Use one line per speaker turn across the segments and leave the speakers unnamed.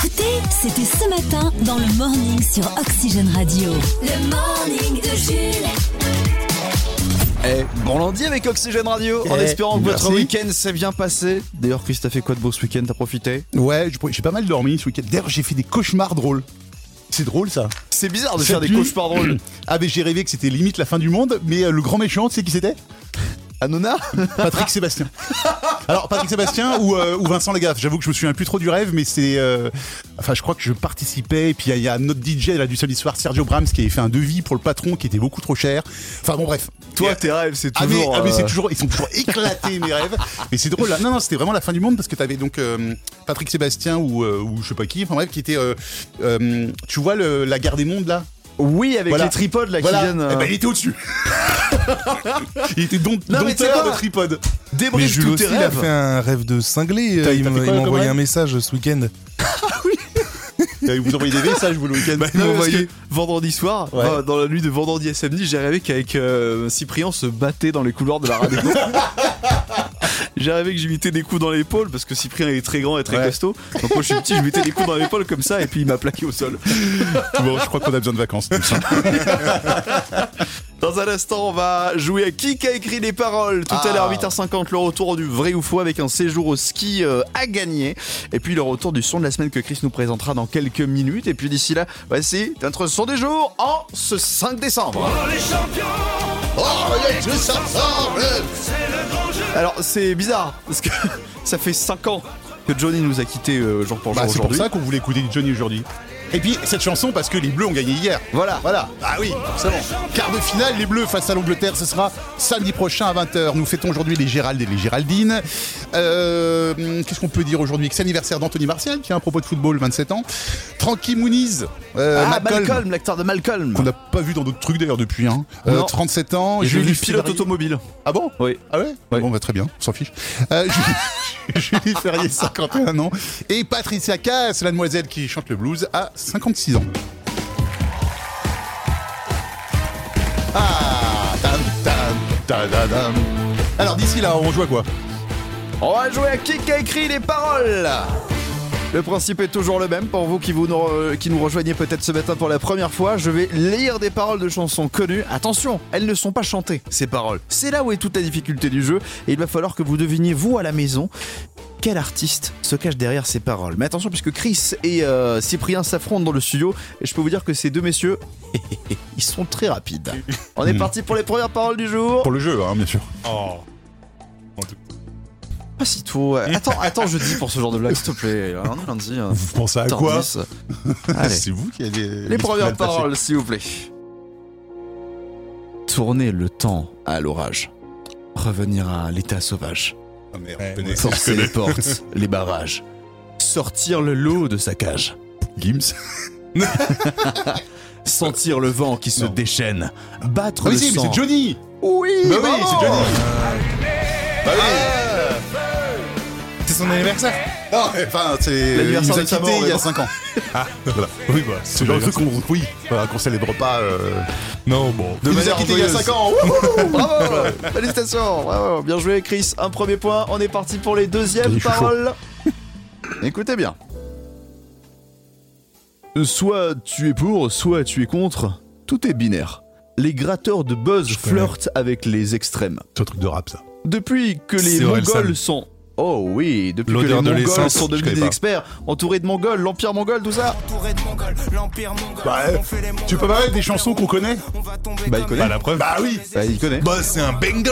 C'était ce matin dans le morning sur Oxygène Radio. Le morning de Jules.
Eh, bon lundi avec Oxygène Radio, en
Eh,
espérant que votre
merci.
week-end s'est bien passé. D'ailleurs, Chris, t'as fait quoi de beau ce week-end T'as profité
Ouais, je- j'ai pas mal dormi ce week-end. D'ailleurs, j'ai fait des cauchemars drôles. C'est drôle ça.
C'est bizarre de
Cette
faire des
nuit-
cauchemars drôles.
Ah, mais j'ai rêvé que c'était limite la fin du monde, mais euh, le grand méchant, tu sais qui c'était
Anona
Patrick Sébastien. Alors, Patrick Sébastien ou, euh, ou Vincent Lagaffe, j'avoue que je me souviens plus trop du rêve, mais c'est. euh, enfin, je crois que je participais, et puis il y a- il y, a notre DJ là, du samedi soir, Sergio Brahms, qui avait fait un devis pour le patron qui était beaucoup trop cher. Enfin, bon, bref.
Toi, tes rêves, c'est
Ah mais,
toujours.
ah mais c'est
euh,
toujours, ils sont toujours éclatés mes rêves. Mais c'est drôle là. Non non, c'était vraiment la fin du monde parce que t'avais donc euh, Patrick Sébastien ou, euh, ou je sais pas qui, enfin bref, qui était, euh, euh, tu vois le- la guerre des mondes là.
Oui, avec
Voilà.
les tripodes là
Voilà.
qui viennent.
Eh
euh,
ben, il était au dessus. il était donc
Non, mais tu sais
dompteur
quoi
de tripode.
Mais
Débriefe
Jules
tous
aussi,
tes
il a fait
rêves.
un rêve de cinglé.
T'as-
euh, Il
t'as
m'a
fait
il
quoi
m'a
comme
envoyé
rêve
un message ce week-end.
Eh, Vous envoyez des messages vous le week-end.
Bah,
Non,
il m'a
mais parce
envoyé.
que vendredi soir,
Ouais.
enfin, dans la nuit de vendredi à samedi, j'ai rêvé qu'avec euh, Cyprien se battait dans les couloirs de la radio. j'ai rêvé que je lui mettais des coups dans l'épaule parce que Cyprien est très grand et très
Ouais.
costaud. Donc moi je suis petit, je lui mettais des coups dans l'épaule comme ça et puis il m'a plaqué au sol.
Bon, je crois qu'on a besoin de vacances.
Dans un instant, on va jouer à qui a écrit les paroles. Tout à
Ah.
l'heure, 8h50, le retour du vrai ou faux avec un séjour au ski euh, à gagner. Et puis le retour du son de la semaine que Chris nous présentera dans quelques minutes. Et puis d'ici là, voici notre son des jours en ce 5 décembre.
Ah,
Alors c'est bizarre parce que ça fait 5 ans que Johnny nous a quittés euh, jour pour jour
Bah, c'est pour
aujourd'hui.
ça qu'on voulait écouter du Johnny aujourd'hui. Et puis cette chanson parce que les Bleus ont gagné hier.
Voilà.
Voilà. Ah oui, forcément. Quart de finale, les Bleus face à l'Angleterre, ce sera samedi prochain à 20h. Nous fêtons aujourd'hui les Géraldes et les Géraldines. Euh, hum, Qu'est-ce qu'on peut dire aujourd'hui Que C'est l'anniversaire d'Anthony Martial, tiens, à propos de football, 27 ans. Tranqui Mooniz, euh,
Ah,
Malcolm,
Malcolm, l'acteur de Malcolm.
qu'on n'a pas vu dans d'autres trucs d'ailleurs depuis. Hein. Euh,
Non.
37 ans.
Et J'ai vu
Julie
pilote
Ferrier.
automobile.
Ah bon
Oui.
ah ouais,
Ouais.
Bon, bah très bien, on s'en fiche. Euh, Julie- Julie Ferrier, 51 ans. Et Patricia Cass, la demoiselle qui chante le blues, à 56 ans. Ah tam, tam, ta, da, dam. Alors d'ici là, on joue à quoi
On va jouer à qui a écrit les paroles le principe est toujours le même pour vous qui, vous nous, re- qui nous rejoignez peut-être ce matin pour la première fois. Je vais lire des paroles de chansons connues. Attention, elles ne sont pas chantées, ces paroles. C'est là où est toute la difficulté du jeu. Et il va falloir que vous deviniez, vous à la maison, quel artiste se cache derrière ces paroles. Mais attention, puisque Chris et euh, Cyprien s'affrontent dans le studio. Et je peux vous dire que ces deux messieurs, ils sont très rapides. On est parti pour les premières paroles du jour.
Pour le jeu, hein, bien sûr.
Pas si tôt. ouais. Attends, attends, je dis pour ce genre de blague, s'il te plaît. On est lundi. hein.
Vous pensez à
Attends,
quoi
dix. Allez,
C'est vous qui avez...
les premières
mal placé.
paroles, s'il vous plaît. Tourner le temps à l'orage. Revenir à l'état sauvage.
Ah, merde,
Ouais,
je connais, je
Forcer
connais.
les portes, les barrages. Sortir le lot de sa cage.
Gims.
Sentir le vent qui se
Non.
déchaîne. Battre
Ah
le
oui, si, mais
sang.
c'est Johnny
Oui,
Bah oui,
bravo
c'est Johnny Bah oui Ah.
C'est son anniversaire.
Non, mais enfin, c'est.
L'anniversaire
il nous a
de sa
quittés
mort,
il y a
mais
5 ans. Ah, voilà. Oui, bah, c'est le genre de truc qu'on. Oui, voilà, qu'on célèbre pas. euh,
Non, bon.
il nous a
manière
quittés il y a
joyeuse.
5 ans.
Bravo Félicitations Bravo Bien joué Chris, un premier point, on est parti pour les deuxièmes
Vas-y, je suis
paroles. Écoutez bien. Soit tu es pour, soit tu es contre, tout est binaire. Les gratteurs de buzz flirtent avec les extrêmes.
C'est un truc de rap, ça.
Depuis que les
C'est Orelsan.
Mongols sont... Oh oui, depuis que les
L'odeur de
Mongols
l'essence,
sont
je
devenus
connais
des
pas.
experts, entourés de Mongols, l'Empire mongol, tout ça.
entouré de Mongols, l'Empire mongol.
Bah, euh,
on fait les
tu peux
Mongols,
pas mettre des chansons qu'on connaît
on va tomber
Bah, il
comme
connaît.
Bah, la preuve.
Bah oui
Bah, il connaît.
Bah, c'est un banger.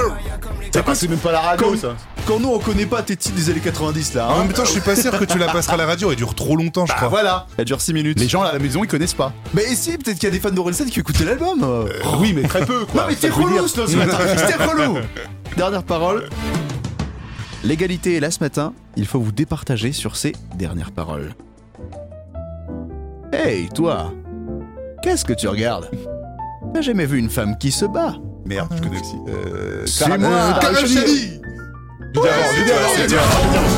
Ça passait même pas la radio,
Comme-
ça.
Quand nous on connaît pas tes titres des années 90 là,
En
hein.
même temps, je suis pas sûr que tu la passeras à la radio. Elle dure trop longtemps, je
Ah,
crois.
voilà
elle dure 6 minutes.
Les gens là, à la maison, ils connaissent pas.
Mais si, peut-être qu'il y a des fans d'Orelsan qui écoutaient l'album.
Euh, oui, mais très peu, quoi.
Non mais t'es
Ça veut dire-
relou ce ce matin, Chris, t'es relou Dernière parole. L'égalité est là ce matin, il faut vous départager sur ces dernières paroles. Hey toi Qu'est-ce que tu regardes T'as jamais vu une femme qui se bat
Merde, je connais aussi. Euh.
C'est
Cara-
moi,
euh, Cara
Cara
Chani. Dis d'abord, dis d'abord,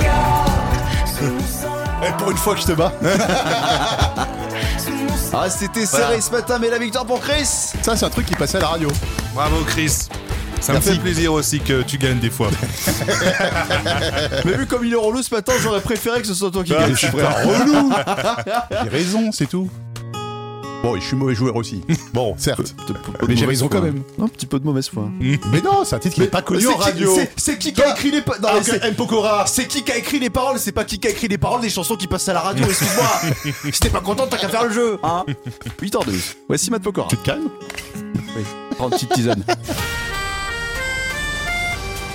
dis d'abord. Eh, Pour une fois, je te bats.
Ah c'était serré ce matin mais la victoire pour Chris
Ça, c'est un truc qui passait à la radio.
Bravo, Chris. Ça me fait plaisir aussi que tu gagnes des fois.
Mais vu comme il est relou ce matin, j'aurais préféré que ce soit toi qui gagne.
relou J'ai raison, c'est tout. Bon, et je suis mauvais joueur aussi. Bon, certes. Mais j'ai raison quand même.
Un petit peu de mauvaise foi.
Mais non, c'est un titre qui n'est pas connu en radio.
C'est qui qui a écrit les paroles
Ah, ok, M. Pokora.
C'est qui qui a écrit les paroles C'est pas qui qui a écrit les paroles des chansons qui passent à la radio, excuse-moi Si t'es pas content, t'as qu'à faire le jeu, hein 8h12. Voici Matt Pokora.
Tu te calmes
Oui. Prends une petite tisane.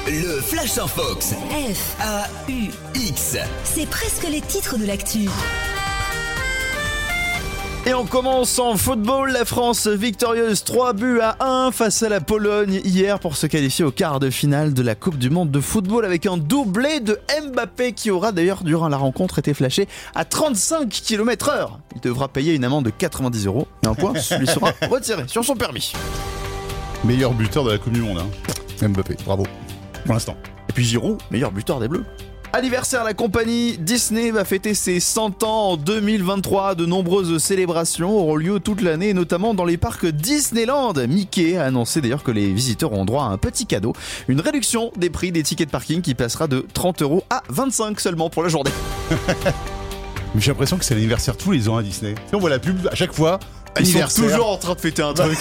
Le Flash en Fox.
F,
X.
c'est presque les titres de l'actu.
Et on commence en football. La France victorieuse 3 buts à 1 face à la Pologne hier pour se qualifier au quart de finale de la Coupe du Monde de football avec un doublé de Mbappé qui aura d'ailleurs durant la rencontre été flashé à 35 km heure. Il devra payer une amende de 90 euros et un point lui sera retiré sur son permis.
Meilleur buteur de la Coupe du Monde, hein. Mbappé, bravo. Pour l'instant.
Et puis Giroud, meilleur buteur des Bleus. Anniversaire la compagnie Disney va fêter ses 100 ans en 2023. De nombreuses célébrations auront lieu toute l'année, notamment dans les parcs Disneyland. Mickey a annoncé d'ailleurs que les visiteurs auront droit à un petit cadeau, une réduction des prix des tickets de parking qui passera de 30 euros à 25 seulement pour la journée.
Mais j'ai l'impression que c'est l'anniversaire tous les ans à Disney. Et on voit la pub à chaque fois.
Ils sont
anniversaire.
toujours en train de fêter un truc.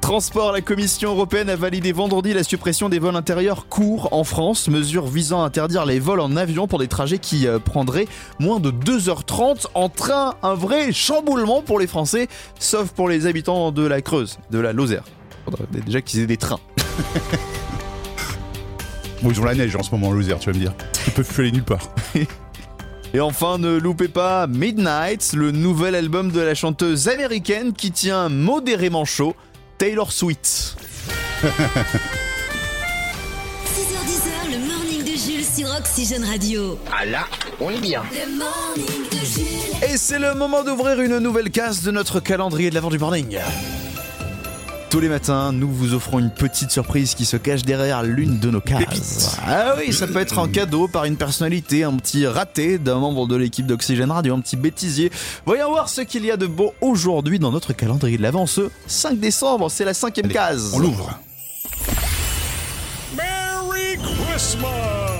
Transport, la Commission européenne a validé vendredi la suppression des vols intérieurs courts en France, mesure visant à interdire les vols en avion pour des trajets qui euh, prendraient moins de 2h30 en train. Un vrai chamboulement pour les Français, sauf pour les habitants de la Creuse, de la Lozère. Faudrait Déjà qu'ils aient des trains.
Bon, ils ont la neige en ce moment, loser, tu vas me dire. Ils peuvent plus aller nulle part.
Et enfin, ne loupez pas Midnight, le nouvel album de la chanteuse américaine qui tient modérément chaud, Taylor Swift.
6h10, le morning de Jules sur Oxygène Radio.
Ah là, on est bien.
Le morning de Jules.
Et c'est le moment d'ouvrir une nouvelle case de notre calendrier de l'avant du morning. Tous les matins, nous vous offrons une petite surprise qui se cache derrière l'une de nos cases. Ah oui, ça peut être un cadeau par une personnalité, un petit raté d'un membre de l'équipe d'Oxygène Radio, un petit bêtisier. Voyons voir ce qu'il y a de beau aujourd'hui dans notre calendrier de l'avant ce 5 décembre, c'est la cinquième case.
On l'ouvre.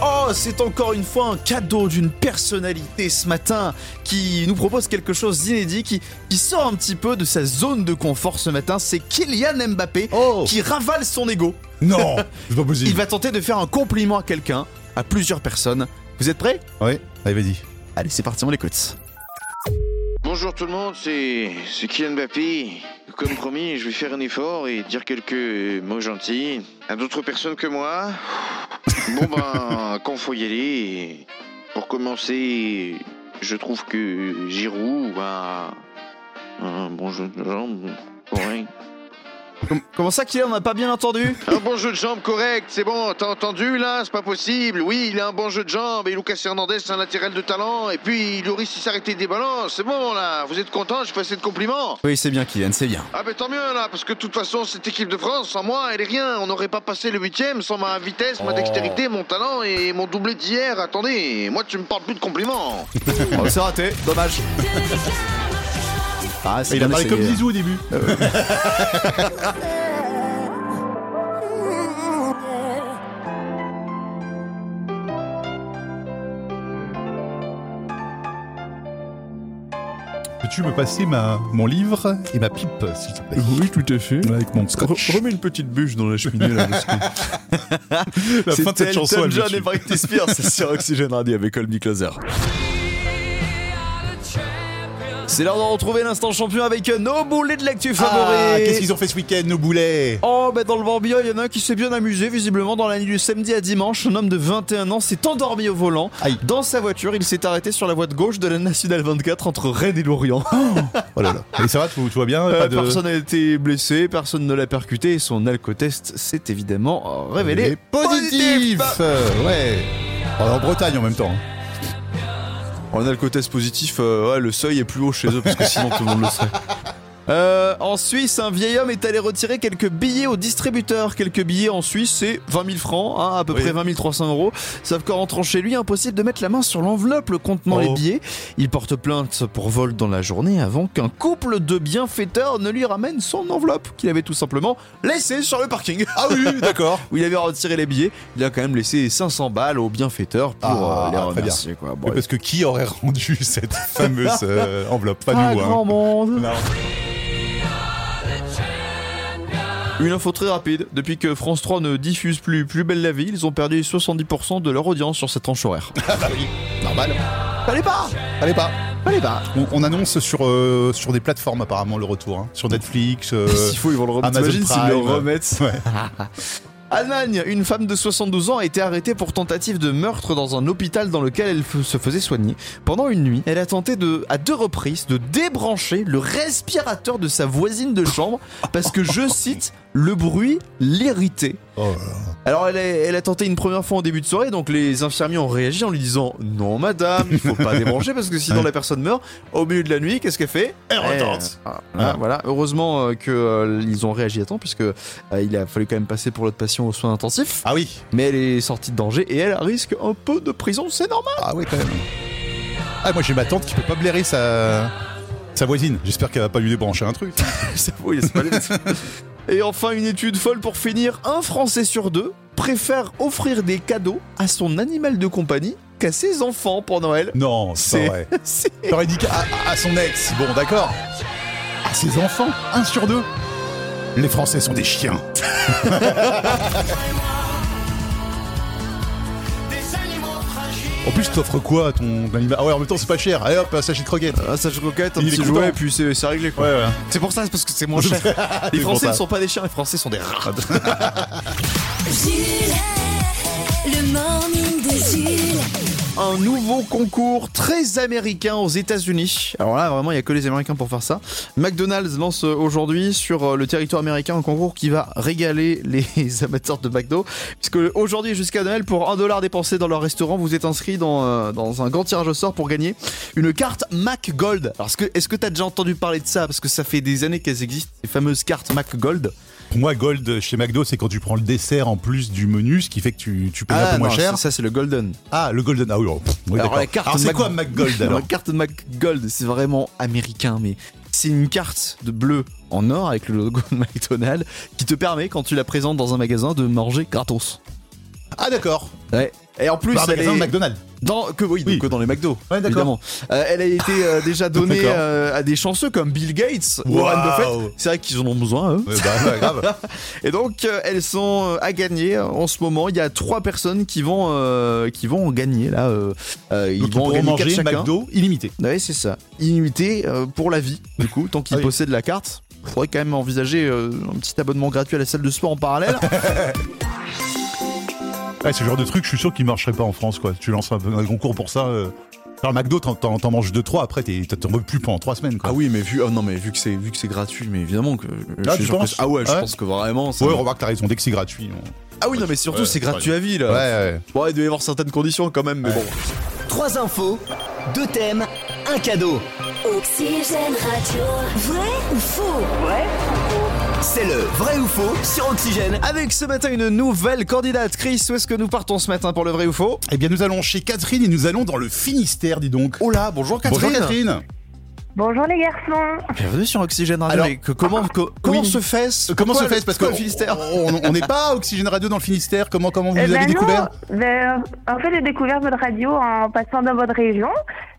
Oh, c'est encore une fois un cadeau d'une personnalité ce matin qui nous propose quelque chose d'inédit, qui, qui sort un petit peu de sa zone de confort ce matin. C'est Kylian Mbappé
Oh.
qui ravale son ego.
Non C'est pas
Il
possible.
va tenter de faire un compliment à quelqu'un, à plusieurs personnes. Vous êtes prêts
Ouais, allez, vas-y.
Allez, c'est parti, on l'écoute.
Bonjour tout le monde, c'est c'est Kylian Mbappé. Comme promis, je vais faire un effort et dire quelques mots gentils à d'autres personnes que moi. Bon ben, quand faut y aller, pour commencer, je trouve que Giroud a un bon jeu de jambes correct.
Com- comment ça, Kylian, on n'a pas bien entendu
Un bon jeu de jambes correct, c'est bon, t'as entendu là, c'est pas possible. Oui, il a un bon jeu de jambes et Lucas Hernandez, c'est un latéral de talent. Et puis, Loris, il s'arrêtait des balances, c'est bon là, vous êtes content, j'ai passé de compliments.
Oui, c'est bien, Kylian, c'est bien.
Ah ben tant mieux là, parce que de toute façon cette équipe de France, sans moi, elle est rien. On n'aurait pas passé le huitième sans ma vitesse, ma dextérité, mon talent et mon doublé d'hier. Attendez, moi tu me parles plus de compliments.
Oh, c'est raté, dommage. Ah, c'est
Il a
bien
parlé comme
essayé.
Zizou au début. Peux-tu me passer ma, mon livre et ma pipe, s'il te plaît
Oui, tout à fait.
Avec mon scotch.
Remets une petite bûche dans la cheminée là. Parce que...
La fin de cette chanson, elle me
John
tue.
et Britney Spears c'est sur Oxygène Radio avec Olmic Lozer. C'est l'heure de retrouver l'instant champion avec nos boulets de l'actu favori.
Ah, qu'est-ce qu'ils ont fait ce week-end, nos boulets
Oh, bah dans le Morbihan, il y en a un qui s'est bien amusé, visiblement, dans la nuit du samedi à dimanche. Un homme de 21 ans s'est endormi au volant.
Aïe.
Dans sa voiture, il s'est arrêté sur la voie de gauche de la Nationale 24 entre Rennes et Lorient.
Oh là là. Et ça va, tout, tout va bien
Euh,
Pas de-
Personne n'a été blessé, personne ne l'a percuté et son alcotest s'est évidemment euh, révélé
Les positifs Euh, Ouais On est en Bretagne en même temps. hein.
En alcotest positif, euh, ouais, le seuil est plus haut chez eux parce que sinon tout le monde le serait. Euh, en Suisse, un vieil homme est allé retirer quelques billets au distributeur. Quelques billets en Suisse, c'est 20 000 francs, hein, à peu
Oui.
près 20 300 euros. Sauf qu'en rentrant chez lui, impossible de mettre la main sur l'enveloppe le contenant
Oh.
les billets. Il porte plainte pour vol dans la journée avant qu'un couple de bienfaiteurs ne lui ramène son enveloppe qu'il avait tout simplement laissée sur le parking.
Ah oui, d'accord.
Où il avait retiré les billets, il a quand même laissé 500 balles aux bienfaiteurs pour
Ah,
euh, les
très bien.
remercier. Quoi. Bon,
Mais Parce que qui aurait rendu cette fameuse euh, enveloppe Pas
pas
nous,
grand
hein.
monde.
Non.
Une info très rapide, depuis que France 3 ne diffuse plus Plus belle la vie, ils ont perdu 70% de leur audience sur cette tranche horaire.
Normal.
Fallait pas
Allez pas.
Fallait pas
On, on annonce sur, euh, sur des plateformes apparemment le retour. hein. Sur Netflix. euh,
S'il faut, ils vont le remettre.
Amazon
T'imagines s'ils le
Prime.
remettent
Ouais.
Allemagne, une femme de 72 ans a été arrêtée pour tentative de meurtre dans un hôpital dans lequel elle f- se faisait soigner. Pendant une nuit, elle a tenté de, à deux reprises de débrancher le respirateur de sa voisine de chambre parce que, je cite, le bruit l'irritait.
Oh là
Alors elle a, elle a tenté une première fois en début de soirée, donc les infirmiers ont réagi en lui disant non madame, il faut pas débrancher parce que sinon la personne meurt. Au milieu de la nuit, qu'est-ce qu'elle fait
Elle retente.
euh, ah, ah, Voilà, heureusement qu'ils ont réagi à temps puisque euh, il a fallu quand même passer pour l'autre patient aux soins intensifs.
Ah oui.
Mais elle est sortie de danger et elle risque un peu de prison, c'est normal.
Ah oui, quand même. Ah, moi j'ai ma tante qui peut pas blairer sa, sa voisine. J'espère qu'elle va pas lui débrancher un truc.
Ça vaut, il y a pas les- Et enfin une étude folle pour finir, un Français sur deux préfère offrir des cadeaux à son animal de compagnie qu'à ses enfants pour Noël.
Non, c'est
C'est
pas vrai.
c'est
T'aurais dit qu'à- à, à son ex. Bon, d'accord. À ses enfants. Un sur deux. Les Français sont des chiens. En plus, t'offres quoi à ton animal Ah ouais, en même temps, c'est pas cher. Allez hop, un sachet de croquettes.
Ah, ça je coquette, un
Il est
petit
content.
jouet, et puis c'est c'est réglé quoi.
Ouais, ouais.
C'est pour ça, c'est parce que c'est moins cher. les
C'est pour
Français
ça.
ne sont pas des chiens, les Français sont des rats.
Jules, le morning de Jules.
Un nouveau concours très américain aux États-Unis. Alors là, vraiment, il n'y a que les Américains pour faire ça. McDonald's lance euh, aujourd'hui sur euh, le territoire américain un concours qui va régaler les amateurs de McDo. Puisque aujourd'hui, jusqu'à Noël, pour un dollar dépensé dans leur restaurant, vous êtes inscrit dans, euh, dans un grand tirage au sort pour gagner une carte Mac Gold. Alors, est-ce que- est-ce que tu as déjà entendu parler de ça Parce que ça fait des années qu'elles existent, les fameuses cartes Mac Gold.
Pour moi, Gold chez McDo, c'est quand tu prends le dessert en plus du menu, ce qui fait que tu, tu payes un peu moins
Ah non,
cher.
Ça, ça, c'est le Golden.
Ah, le Golden. Ah oui, oh, pff, oui,
alors
d'accord.
la carte
Alors, c'est
Mac-
quoi McGold alors
La carte McGold, c'est vraiment américain, mais c'est une carte de bleu en or avec le logo de McDonald's qui te permet, quand tu la présentes dans un magasin, de manger gratos.
Ah d'accord.
Ouais. Et en plus,
Par un
elle
magasin de
est
McDonald's.
dans que oui,
Oui.
que dans les McDo.
Ouais, d'accord.
évidemment. Euh, elle a été euh, déjà donnée
D'accord.
euh, à des chanceux comme Bill Gates, ou
Wow.
Warren Buffett. C'est vrai qu'ils en ont besoin. Eux.
Ouais, bah, ouais, grave.
Et donc euh, elles sont euh, à gagner euh, en ce moment. Il y a trois personnes qui vont euh, qui vont en gagner là. euh, euh, ils
Donc,
vont en
pourront
gagner quatre
manger
chacun.
McDo illimité.
Ouais, c'est ça. Illimité euh, pour la vie, du coup, tant qu'il
Ah oui.
possède la carte. Faudrait quand même envisager euh, un petit abonnement gratuit à la salle de sport en parallèle.
Ouais, c'est le genre de truc, je suis sûr qu'il marcherait pas en France quoi. Tu lances un, un concours pour ça. Euh... Enfin, McDo, t'en- t'en t'en manges 2-3, après t'es- t'en veux plus pendant 3 semaines quoi.
Ah oui, mais vu, oh non, mais vu que c'est vu que c'est gratuit, mais évidemment que. euh,
Ah, suis tu sûr que penses c'est- ah ouais, je Ouais. pense
que vraiment.
Ouais, remarque, t'as raison, dès que c'est gratuit. on-
ah oui, non, mais surtout
Ouais,
c'est
ouais.
gratuit à vie là.
Ouais, ouais.
Bon, il doit y avoir certaines conditions quand même, mais bon.
Trois infos, deux thèmes, un cadeau.
Oxygène Radio. Vrai ou faux
C'est le vrai ou faux sur Oxygène.
Avec ce matin une nouvelle candidate, Chris. Où est-ce que nous partons ce matin pour le vrai ou faux
Eh bien, nous allons chez Catherine et nous allons dans le Finistère, dis donc.
Oh là, bonjour Catherine.
Bonjour Catherine. Euh,
Bonjour les garçons.
Bienvenue sur Oxygène Radio.
Alors, ah,
mais que- comment co- comment
oui.
se fait-ce
Euh, Comment se
Pourquoi
fait
le-
Parce que
pourquoi le Finistère
on on- on n'est pas à Oxygène Radio dans le Finistère. Comment comment vous
Eh
les avez
ben non,
découvert
ben, en fait, j'ai découvert votre radio en passant dans votre région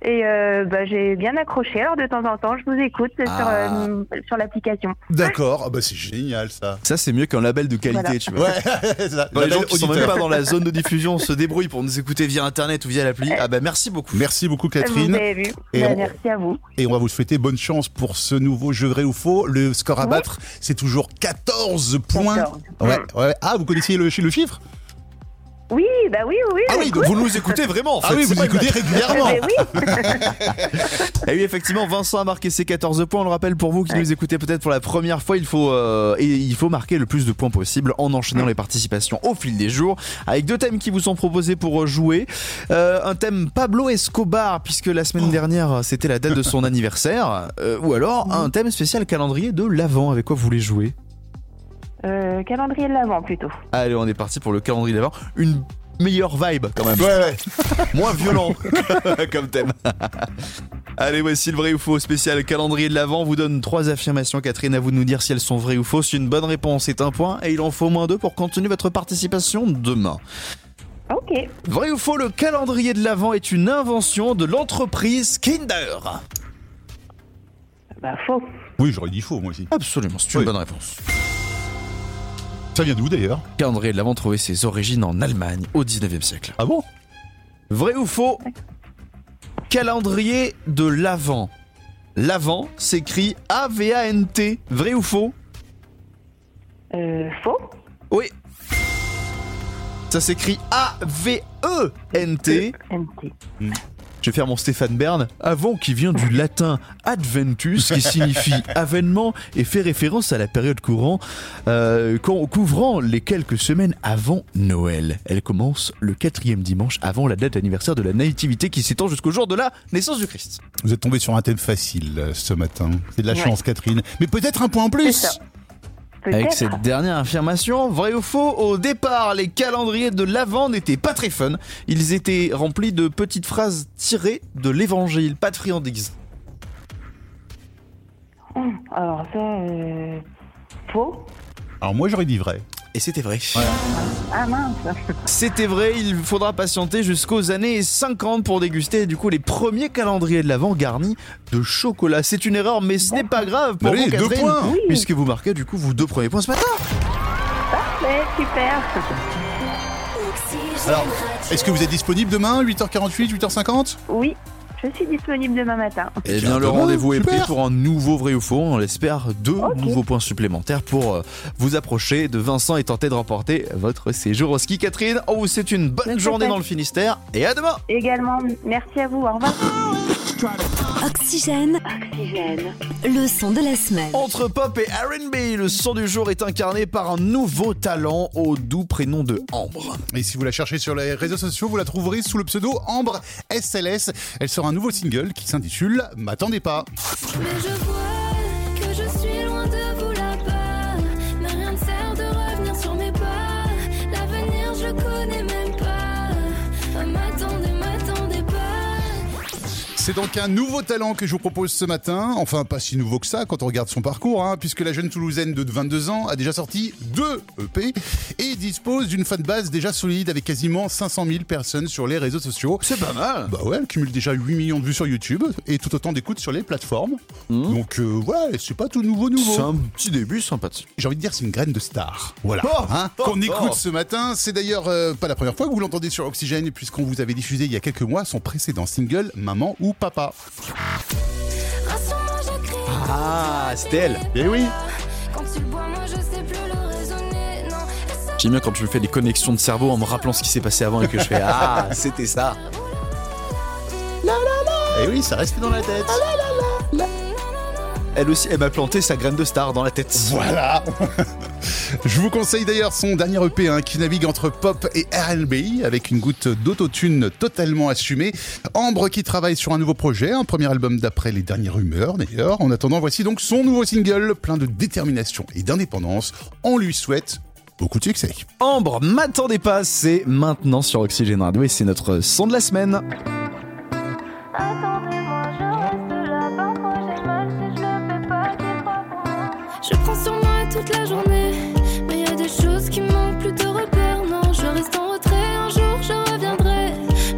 et euh, ben, j'ai bien accroché. Alors de temps en temps, je vous écoute sur,
Ah.
euh, sur l'application.
D'accord, Ah bah c'est génial ça.
Ça, c'est mieux qu'un label de qualité,
Voilà.
tu vois.
Ouais, c'est ça.
Quand les gens
Label
qui sont même
auditeur.
pas dans la zone de diffusion se débrouillent pour nous écouter via internet ou via l'appli,
Eh.
ah bah merci beaucoup.
Merci beaucoup
Vous
Catherine
avez vu.
Et
Ben,
on-
Merci à vous.
et on va vous souhaiter bonne chance pour ce nouveau jeu vrai ou faux. Le score à
Oui.
battre, c'est toujours 14 points.
14.
Hmm. Ouais, ouais. Ah, vous connaissiez le, chi- le chiffre
Oui, bah oui, oui.
Ah oui, donc
j'écoute.
vous nous écoutez vraiment en fait.
Ah oui,
c'est
vous
pas une
écoutez régulièrement.
Eh ben oui.
Et oui, effectivement, Vincent a marqué ses 14 points. On le rappelle pour vous qui nous écoutez peut-être pour la première fois, il faut, euh, et il faut marquer le plus de points possible en enchaînant les participations au fil des jours avec deux thèmes qui vous sont proposés pour euh, jouer. Euh, un thème Pablo Escobar, puisque la semaine dernière c'était la date de son anniversaire, Euh, ou alors un thème spécial calendrier de l'Avent. Avec quoi vous voulez jouer
Euh, calendrier de l'avant plutôt.
Allez, on est parti pour le calendrier de l'Avent. Une meilleure vibe quand même,
Ouais, ouais.
moins violent comme thème. Allez, voici le vrai ou faux spécial calendrier de l'Avent. On vous donne trois affirmations, Catherine, à vous de nous dire si elles sont vraies ou fausses. Une bonne réponse est un point et il en faut moins deux pour continuer votre participation demain.
Ok.
Vrai ou faux, le calendrier de l'Avent est une invention de l'entreprise Kinder
Bah faux.
Oui, j'aurais dit faux, moi aussi.
Absolument, c'est une bonne réponse.
Ça vient d'où d'ailleurs
Calendrier de l'Avent trouvait ses origines en Allemagne au 19e siècle.
Ah bon
Vrai ou faux Calendrier de l'Avent. L'Avent s'écrit A-V-A-N-T. Vrai ou faux
Euh, faux.
Oui. Ça s'écrit A-V-E-N-T.
MT.
Je vais faire mon Stéphane Bern. Avant qui vient du latin adventus, qui signifie avènement et fait référence à la période courant, euh, quand- couvrant les quelques semaines avant Noël. Elle commence le quatrième dimanche avant la date anniversaire de la nativité qui s'étend jusqu'au jour de la naissance du Christ.
Vous êtes tombé sur un thème facile euh, ce matin. C'est de la
Ouais.
chance, Catherine. Mais peut-être un point en
C'est
plus.
ça.
Avec
Peut-être.
cette dernière affirmation, vrai ou faux, au départ, les calendriers de l'Avent n'étaient pas très fun. Ils étaient remplis de petites phrases tirées de l'évangile, pas de friandises.
Hum, Alors ça, euh, faux.
Alors moi, j'aurais dit vrai.
Et c'était vrai.
Ah mince.
C'était vrai, il faudra patienter jusqu'aux années 50 pour déguster du coup les premiers calendriers de l'Avent garnis de chocolat. C'est une erreur, mais ce n'est pas grave pour
Bah oui,
vous,
deux
Catherine,
points.
Oui.
puisque vous marquez du coup vos deux premiers points ce matin.
Ouais, Eh, super.
Oxygène
Alors,
Radio.
Est-ce que vous êtes disponible demain, 8h48, 8h50
Oui, je suis disponible demain matin.
Eh
bien,
bien, le
demain,
rendez-vous est
super.
pris pour un nouveau vrai ou faux. On l'espère, deux nouveaux points supplémentaires pour euh, vous approcher de Vincent et tenter de remporter votre séjour au ski. Catherine, on vous souhaite une bonne
Merci,
journée
Catherine.
dans le Finistère et à demain.
Également, merci à vous. Au revoir.
Oxygène, le son de la semaine.
Entre pop et RB, le son du jour est incarné par un nouveau talent au doux prénom de Ambre.
Et si vous la cherchez sur les réseaux sociaux, vous la trouverez sous le pseudo Ambre SLS. Elle sort un nouveau single qui s'intitule M'attendez pas.
Mais je vois que je suis loin de vous là-bas. Mais rien ne sert de revenir sur mes pas. L'avenir, je le connais même pas. Ah, M'attendez, m'attendez pas.
C'est donc un nouveau talent que je vous propose ce matin. Enfin, pas si nouveau que ça quand on regarde son parcours, hein, puisque la jeune Toulousaine de 22 ans a déjà sorti deux EP et dispose d'une fanbase déjà solide avec quasiment 500 000 personnes sur les réseaux sociaux.
C'est pas mal.
Bah ouais, elle cumule déjà 8 millions de vues sur YouTube et tout autant d'écoutes sur les plateformes.
Hmm.
Donc euh, voilà, c'est pas tout nouveau nouveau.
C'est un petit début sympathique.
J'ai envie de dire, c'est une graine de star. Voilà.
Oh,
hein,
oh,
Qu'on
oh.
écoute ce matin. C'est d'ailleurs euh, pas la première fois que vous l'entendez sur Oxygène, puisqu'on vous avait diffusé il y a quelques mois son précédent single, Maman ou Papa.
Un soir, je crie.
Ah, c'était elle.
Eh oui.
Quand tu le bois, moi, je sais plus le raisonner. Non, et ça,
J'aime bien quand je me fais des connexions de cerveau en me rappelant ce qui s'est passé avant et que je fais Ah, c'était ça.
Eh oui, ça reste dans la tête.
Elle aussi, elle m'a planté sa graine de star dans la tête.
Voilà. Je vous conseille d'ailleurs son dernier EP hein, qui navigue entre pop et R&B avec une goutte d'autotune totalement assumée. Ambre qui travaille sur un nouveau projet, un premier album d'après les dernières rumeurs d'ailleurs. En attendant, voici donc son nouveau single plein de détermination et d'indépendance. On lui souhaite beaucoup de succès.
Ambre, m'attendez pas, c'est maintenant sur Oxygène Radio et c'est notre son de la semaine.
Attendez-moi, je reste là. Parfois j'ai mal si je le fais pas, c'est pas pour moi. Je prends sur moi toute la journée, mais y a des choses qui manquent plus de repères. Non, je reste en retrait, un jour je reviendrai.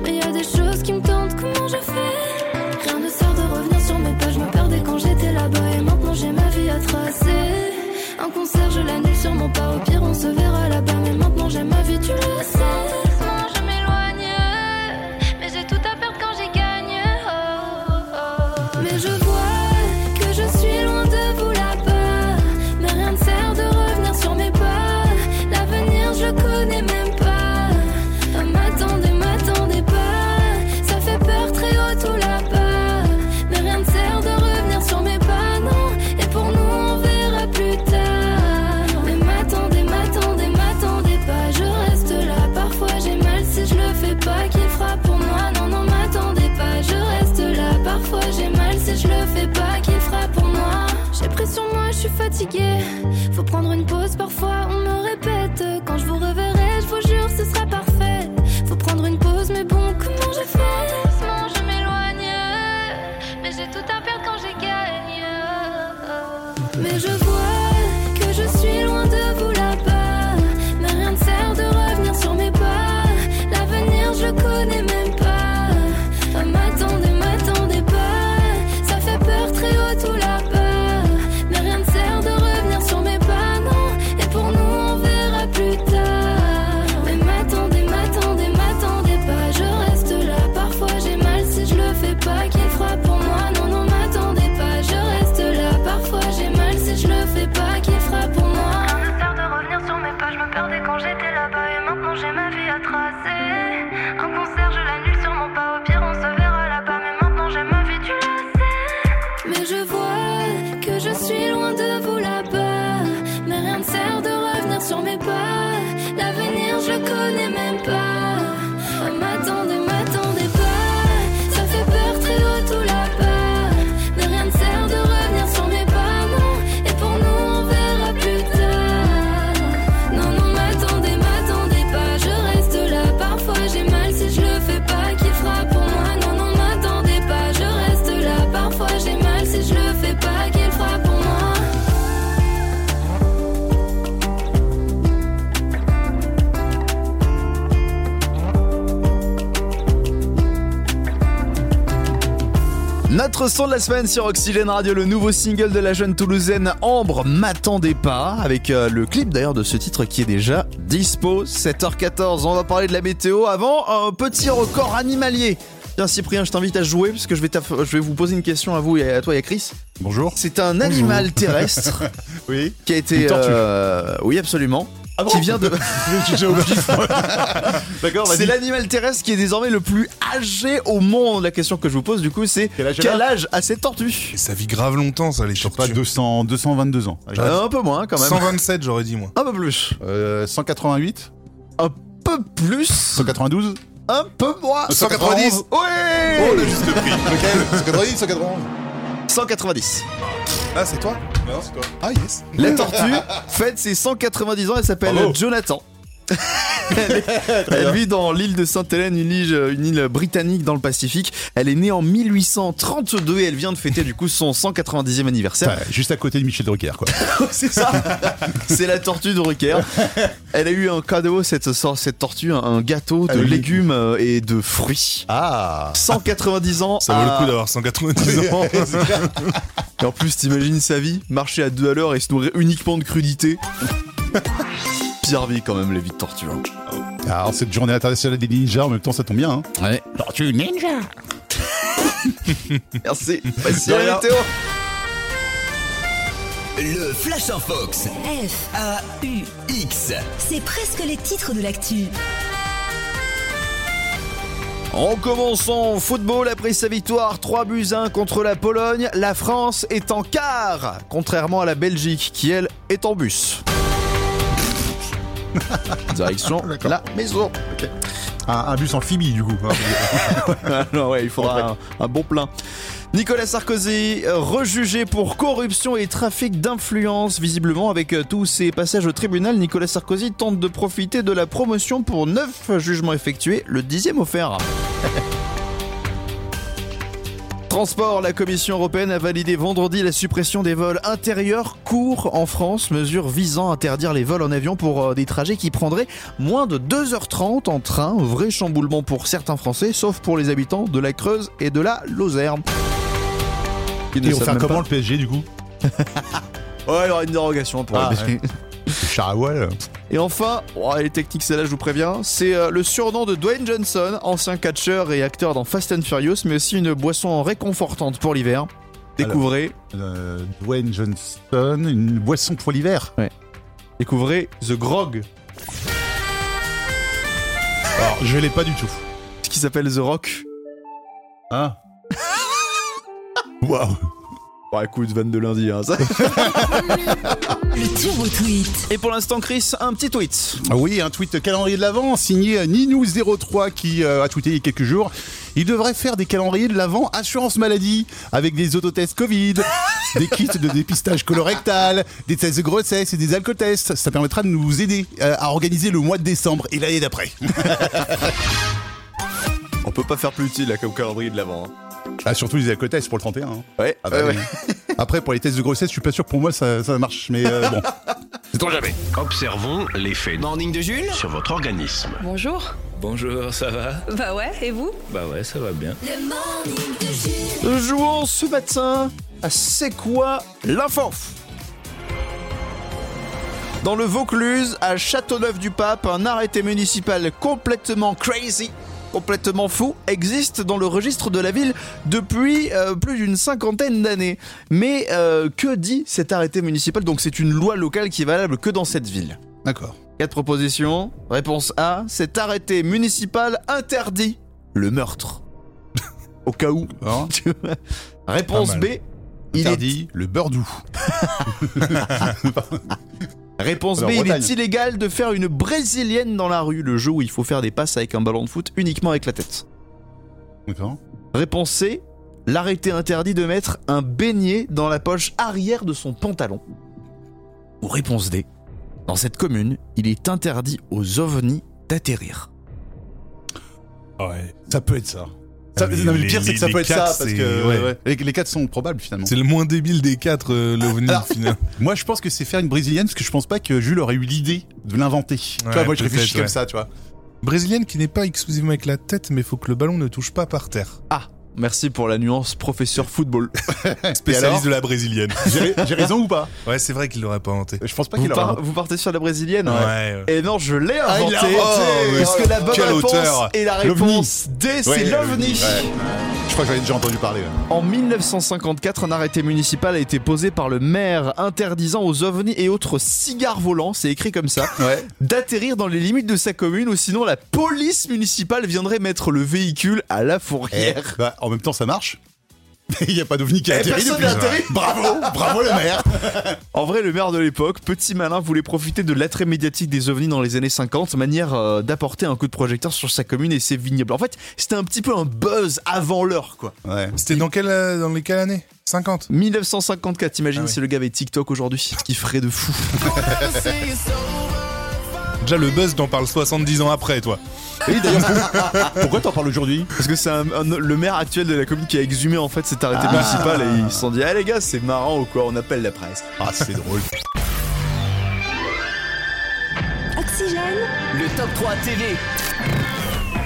Mais y a des choses qui me tentent, comment je fais Rien ne sert de revenir sur mes pages, je me perdais quand j'étais là-bas et maintenant j'ai ma vie à tracer. Un concert, je l'annule sur mon pas, au pire on se verra là-bas, mais maintenant j'ai ma vie, tu le sais. Doucement, je m'éloigne. Mais j'ai tout à perdre quand j'y gagne. Oh, oh, oh. Mais je vois que je suis loin de vous là-bas. Mais rien ne sert de revenir. Ah, fatiguée. Faut prendre une pause, parfois on me répète. Quand je vous reverrai, je vous jure, ce sera parfait. Faut prendre une pause, mais bon, comment je fais Doucement, je m'éloigne. Mais j'ai tout à perdre quand j'ai gagné. Mais je vois que je suis loin de vous là-bas. Mais rien ne sert de revenir sur mes pas. L'avenir, je le connais même pas. Ah, M'attendez, m'attendez pas. Ça fait peur très haut tout là-bas. Mais rien ne sert de revenir sur mes pas, non. Et pour nous, on verra plus tard. Mais m'attendez, m'attendez, m'attendez pas. Je reste là. Parfois, j'ai mal si je le fais pas. Qu'il fera pour moi, non, non, m'attendez pas. Je reste là. Parfois, j'ai mal si je le fais pas. Qu'il fera pour moi. Rien ne sert de revenir sur mes pas. Je me perdais quand j'étais là-bas. Et maintenant, j'ai ma vie à tracer. Un concert, je l'annule sûrement pas. Au pire, on se verra là-bas. Mais maintenant, j'ai ma vie, tu le sais. Mais je vois que je suis loin de vous là-bas. Mais rien ne sert de revenir sur mes pas. L'avenir, je le connais même pas. Ah, M'attendez, m'attendez pas. Ça fait peur très haut tout là-bas. Mais rien ne sert de revenir sur mes pas, non. Et pour nous, on verra plus tard. Non, non, m'attendez, m'attendez pas, je reste là. Parfois j'ai mal si je le fais pas, qui fera pour moi. Non, non, m'attendez pas, je reste là. Parfois j'ai mal si je le fais pas, qui fera pour moi.
Notre son de la semaine sur Oxygène Radio, le nouveau single de la jeune toulousaine Ambre, M'attendez pas, avec euh, le clip d'ailleurs de ce titre qui est déjà dispo, 7h14. On va parler de la météo avant un petit record animalier. Tiens Cyprien, je t'invite à jouer parce que je vais, t'aff- je vais vous poser une question à vous et à toi et à Chris.
Bonjour.
C'est un animal terrestre
Oui.
qui a été...
Une tortue.
euh, oui absolument. qui vient de...
D'accord,
C'est l'animal terrestre qui est désormais le plus âgé au monde. La question que je vous pose du coup c'est
Quel âge elle a
quel âge a cette tortue
Ça vit grave longtemps, ça, les
Je sais pas,
tortues.
200, 222 ans. Allez.
Un peu moins quand même.
127, j'aurais dit, moi.
Un peu plus.
Euh, 188
Un peu plus.
192
Un peu moins.
190.
Ouais
a juste le prix.
Lequel 190 191
190.
Ah, c'est toi Non, c'est toi. Ah, yes.
La tortue fête ses 190 ans, elle s'appelle
Bravo.
Jonathan. elle, elle vit dans l'île de Sainte-Hélène, une île, euh, une île britannique dans le Pacifique. Elle est née en 1832 et elle vient de fêter du coup son 190e anniversaire.
Ouais, Juste à côté de Michel Drucker, quoi.
C'est ça C'est la tortue de Rucker. Elle a eu un cadeau, cette, sor- cette tortue, un- un gâteau
Ah
de
Avec des
légumes euh, et de fruits.
Ah
190 ans
Ça vaut
à-
le coup d'avoir 190 ans.
Et en plus, t'imagines sa vie, marcher à deux à l'heure et se nourrir uniquement de crudités. Pire vie quand même, la vie de tortue. hein.
Ah, Alors, cette journée internationale des ninjas, en même temps, ça tombe bien. Hein.
Merci. Merci à la météo.
Le Flash en Fox.
F,
X.
c'est presque les titres de l'actu.
En commençant en football, après sa victoire 3 buts à 1 contre la Pologne, la France est en quart, contrairement à la Belgique qui, elle, est en bus. Direction la maison.
Un, un bus amphibie, du coup.
Ah non, ouais, il faudra un, un bon plein. Nicolas Sarkozy, euh, rejugé pour corruption et trafic d'influence. Visiblement, avec euh, tous ses passages au tribunal, Nicolas Sarkozy tente de profiter de la promotion pour 9 jugements effectués, le dixième offert. Transport, la Commission européenne a validé vendredi la suppression des vols intérieurs courts en France, mesure visant à interdire les vols en avion pour euh, des trajets qui prendraient moins de 2h30 en train, vrai chamboulement pour certains Français, sauf pour les habitants de la Creuse et de la Lozère. Ils ne
Et on
savent
fait
même
comment le PSG, du coup
pas. Ouais, Oh, il y aura une dérogation pour
Ah,
les Belges.
Charawal
Et enfin, oh, les techniques, celle-là, je vous préviens, c'est euh, le surnom de Dwayne Johnson, ancien catcheur et acteur dans Fast and Furious, mais aussi une boisson réconfortante pour l'hiver. Découvrez
euh, Dwayne Johnston, une boisson pour l'hiver.
Découvrez The Grog,
Alors, je l'ai pas du tout.
ce qui s'appelle The Rock.
Hein Waouh
Bah écoute, vanne de lundi, hein, ça.
Le turbo tweet.
Et pour l'instant, Chris, un petit tweet.
Ah Oui, un tweet calendrier de l'Avent signé Ninou03 qui euh, a tweeté il y a quelques jours. Il devrait faire des calendriers de l'avant assurance maladie avec des autotests Covid, des kits de dépistage colorectal, des tests de grossesse et des alcotests. Ça permettra de nous aider euh, à organiser le mois de décembre et l'année d'après.
On peut pas faire plus utile là, comme calendrier de l'avant.
Ah, surtout les alcotests pour le 31. hein.
Ouais,
Ah bah oui. Après, pour les tests de grossesse, je suis pas sûr que pour moi ça, ça marche, mais euh, bon.
Observons l'effet
Morning de Jules
sur votre organisme.
Bonjour.
Bonjour, ça va
Bah ouais, et vous
Bah ouais, ça va bien.
Le morning de Jules.
Jouons ce matin à C'est quoi l'info Dans le Vaucluse, à Châteauneuf-du-Pape, un arrêté municipal complètement crazy, complètement fou, existe dans le registre de la ville depuis euh, plus d'une cinquantaine d'années. Mais euh, que dit cet arrêté municipal Donc c'est une loi locale qui est valable que dans cette ville.
D'accord.
Quatre propositions. Réponse A, cet arrêté municipal interdit le meurtre. Au cas où.
D'accord.
Tu vois Réponse
Pas
B. Il est...
Interdit le beurre doux.
Réponse
En
B, il
Bretagne.
est illégal de faire une brésilienne dans la rue, le jeu où il faut faire des passes avec un ballon de foot uniquement avec la tête.
D'accord.
Réponse C, l'arrêté interdit de mettre un beignet dans la poche arrière de son pantalon. Ou réponse D, dans cette commune, il est interdit aux ovnis d'atterrir.
Ah Ouais.
Ça peut être ça.
Ah,
Ça-
mais
non, mais le
les-
pire, c'est que
les-
ça
les
peut être ça,
quatre,
parce
c'est-
que
ouais.
ouais. les, les quatre sont probables finalement.
C'est le moins débile des quatre, euh, l'OVNI,
Alors-
finalement.
Moi, je pense que c'est faire une brésilienne, parce que je pense pas que Jules aurait eu l'idée de l'inventer. tu vois,
Ouais,
moi, je
peut-être,
réfléchis comme
ouais.
ça, tu vois.
Brésilienne qui n'est pas exclusivement avec la tête, mais faut que le ballon ne touche pas par terre.
Ah, merci pour la nuance, professeur football.
Spécialiste
Eh, alors
de la brésilienne.
J'ai j'ai raison ou pas
ouais, c'est vrai qu'il l'aurait pas inventé.
Je pense pas
Vous,
qu'il aurait.
par- vous partez sur la brésilienne hein.
ouais.
Et non, je l'ai
Ah, il
inventé.
l'a inventé.
parce que la bonne
Quel
réponse
auteur.
et la
L'ovni.
réponse D, c'est
Ouais,
l'OVNI.
ouais. Je crois que j'en ai déjà entendu parler. ouais.
En 1954, un arrêté municipal a été posé par le maire interdisant aux ovnis et autres cigares volants, c'est écrit comme ça,
Ouais.
d'atterrir dans les limites de sa commune ou sinon la police municipale viendrait mettre le véhicule à la
Eh,
fourrière.
bah, en même temps, ça marche. Il n'y a pas d'ovni qui a
Eh,
atterri
personne
depuis.
n'a atterri.
Bravo, bravo le maire.
En vrai, le maire de l'époque, petit malin, voulait profiter de l'attrait médiatique des ovnis dans les années 50, manière euh, d'apporter un coup de projecteur sur sa commune et ses vignobles. En fait, c'était un petit peu un buzz avant l'heure, quoi.
Ouais.
C'était dans, quelle, euh, dans les quelle année 50
1954, imagine
Ah oui.
si le gars avait TikTok aujourd'hui, ce qu'il ferait de fou.
Ah, bah,
Déjà, le buzz, t'en parles 70 ans après, toi.
Et d'ailleurs, pour- pourquoi t'en parles aujourd'hui
Parce que c'est un- un- le maire actuel de la commune qui a exhumé en fait cet
Ah.
arrêté municipal et ils se sont dit Ah les gars, c'est marrant ou quoi, on appelle la presse.
Ah, c'est drôle.
Oxygène.
Le top 3 TV.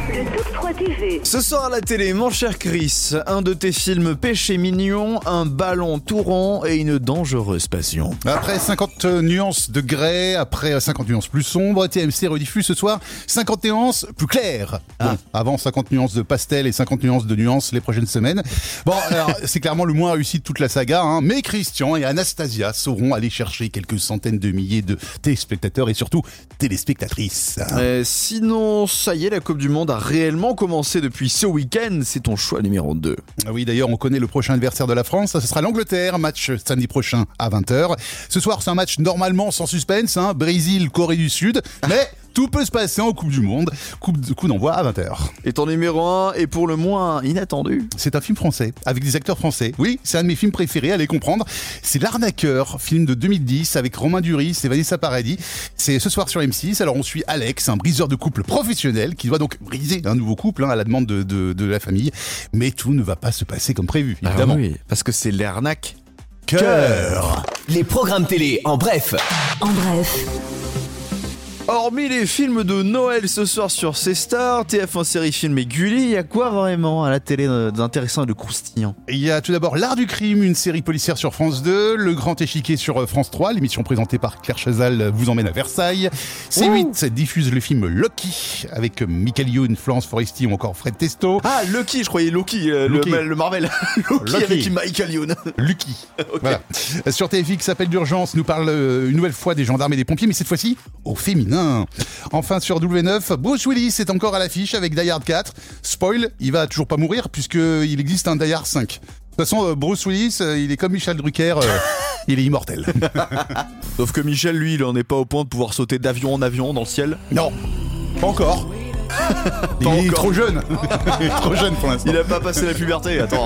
Le Top 3 TV.
Ce soir à la télé, mon cher Chris, un de tes films Péché mignon, un ballon tout rond et une dangereuse passion.
Après 50 nuances de grès, après 50 nuances plus sombres, TMC rediffuse ce soir 50 nuances plus claires. Bon, avant 50 nuances de pastel et 50 nuances de nuances les prochaines semaines. Bon, alors c'est clairement le moins réussi de toute la saga, hein, mais Christian et Anastasia sauront aller chercher quelques centaines de milliers de téléspectateurs et surtout téléspectatrices.
Euh, sinon, ça y est, la Coupe du Monde a réellement commencé depuis ce week-end, c'est ton choix numéro 2.
Ah Oui, d'ailleurs, on connaît le prochain adversaire de la France. Ce sera l'Angleterre, match samedi prochain à 20h. Ce soir, c'est un match normalement sans suspense, hein, Brésil, Corée du Sud. Mais tout peut se passer en Coupe du Monde. Coupe de- coup d'envoi à 20h.
Et ton numéro 1 est pour le moins inattendu.
C'est un film français, avec des acteurs français. Oui, c'est un de mes films préférés, allez comprendre. C'est L'Arnaqueur, film de 2010 avec Romain Duris et Vanessa Paradis. C'est ce soir sur M6. Alors on suit Alex, un briseur de couple professionnel qui doit donc briser un nouveau couple hein, à la demande de, de- de la famille. Mais tout ne va pas se passer comme prévu, évidemment.
Bah oui, parce que c'est l'arnaque.
Cœur
Les programmes télé en bref.
En bref,
Hormis les films de Noël ce soir sur C-Star, TF1 série film et Gulli, il y a quoi vraiment à la télé euh, d'intéressant et de croustillant
Il y a tout d'abord L'Art du Crime, une série policière sur France 2, Le Grand Échiquier sur euh, France 3, l'émission présentée par Claire Chazal euh, vous emmène à Versailles. C8 diffuse le film Loki avec euh, Michael Youn, Florence Foresti ou encore Fred Testo.
Ah, Lucky, je croyais Loki, euh, le-
Loki.
Le, Marvel. Loki,
Loki.
avec Michael Youn.
Lucky. Voilà. Euh, Sur TFX, s'appelle d'urgence, nous parle euh, une nouvelle fois des gendarmes et des pompiers, mais cette fois-ci au féminin. Enfin sur W9, Bruce Willis est encore à l'affiche avec Die Hard 4. Spoil, il va toujours pas mourir puisqu'il existe un Die Hard 5. De toute façon, euh, Bruce Willis, euh, il est comme Michel Drucker, euh, il est immortel.
Sauf que Michel, lui, il en est pas au point de pouvoir sauter d'avion en avion dans le ciel.
Non, pas encore. Il est trop jeune. Il est trop jeune pour l'instant.
Il a pas passé la puberté, attends.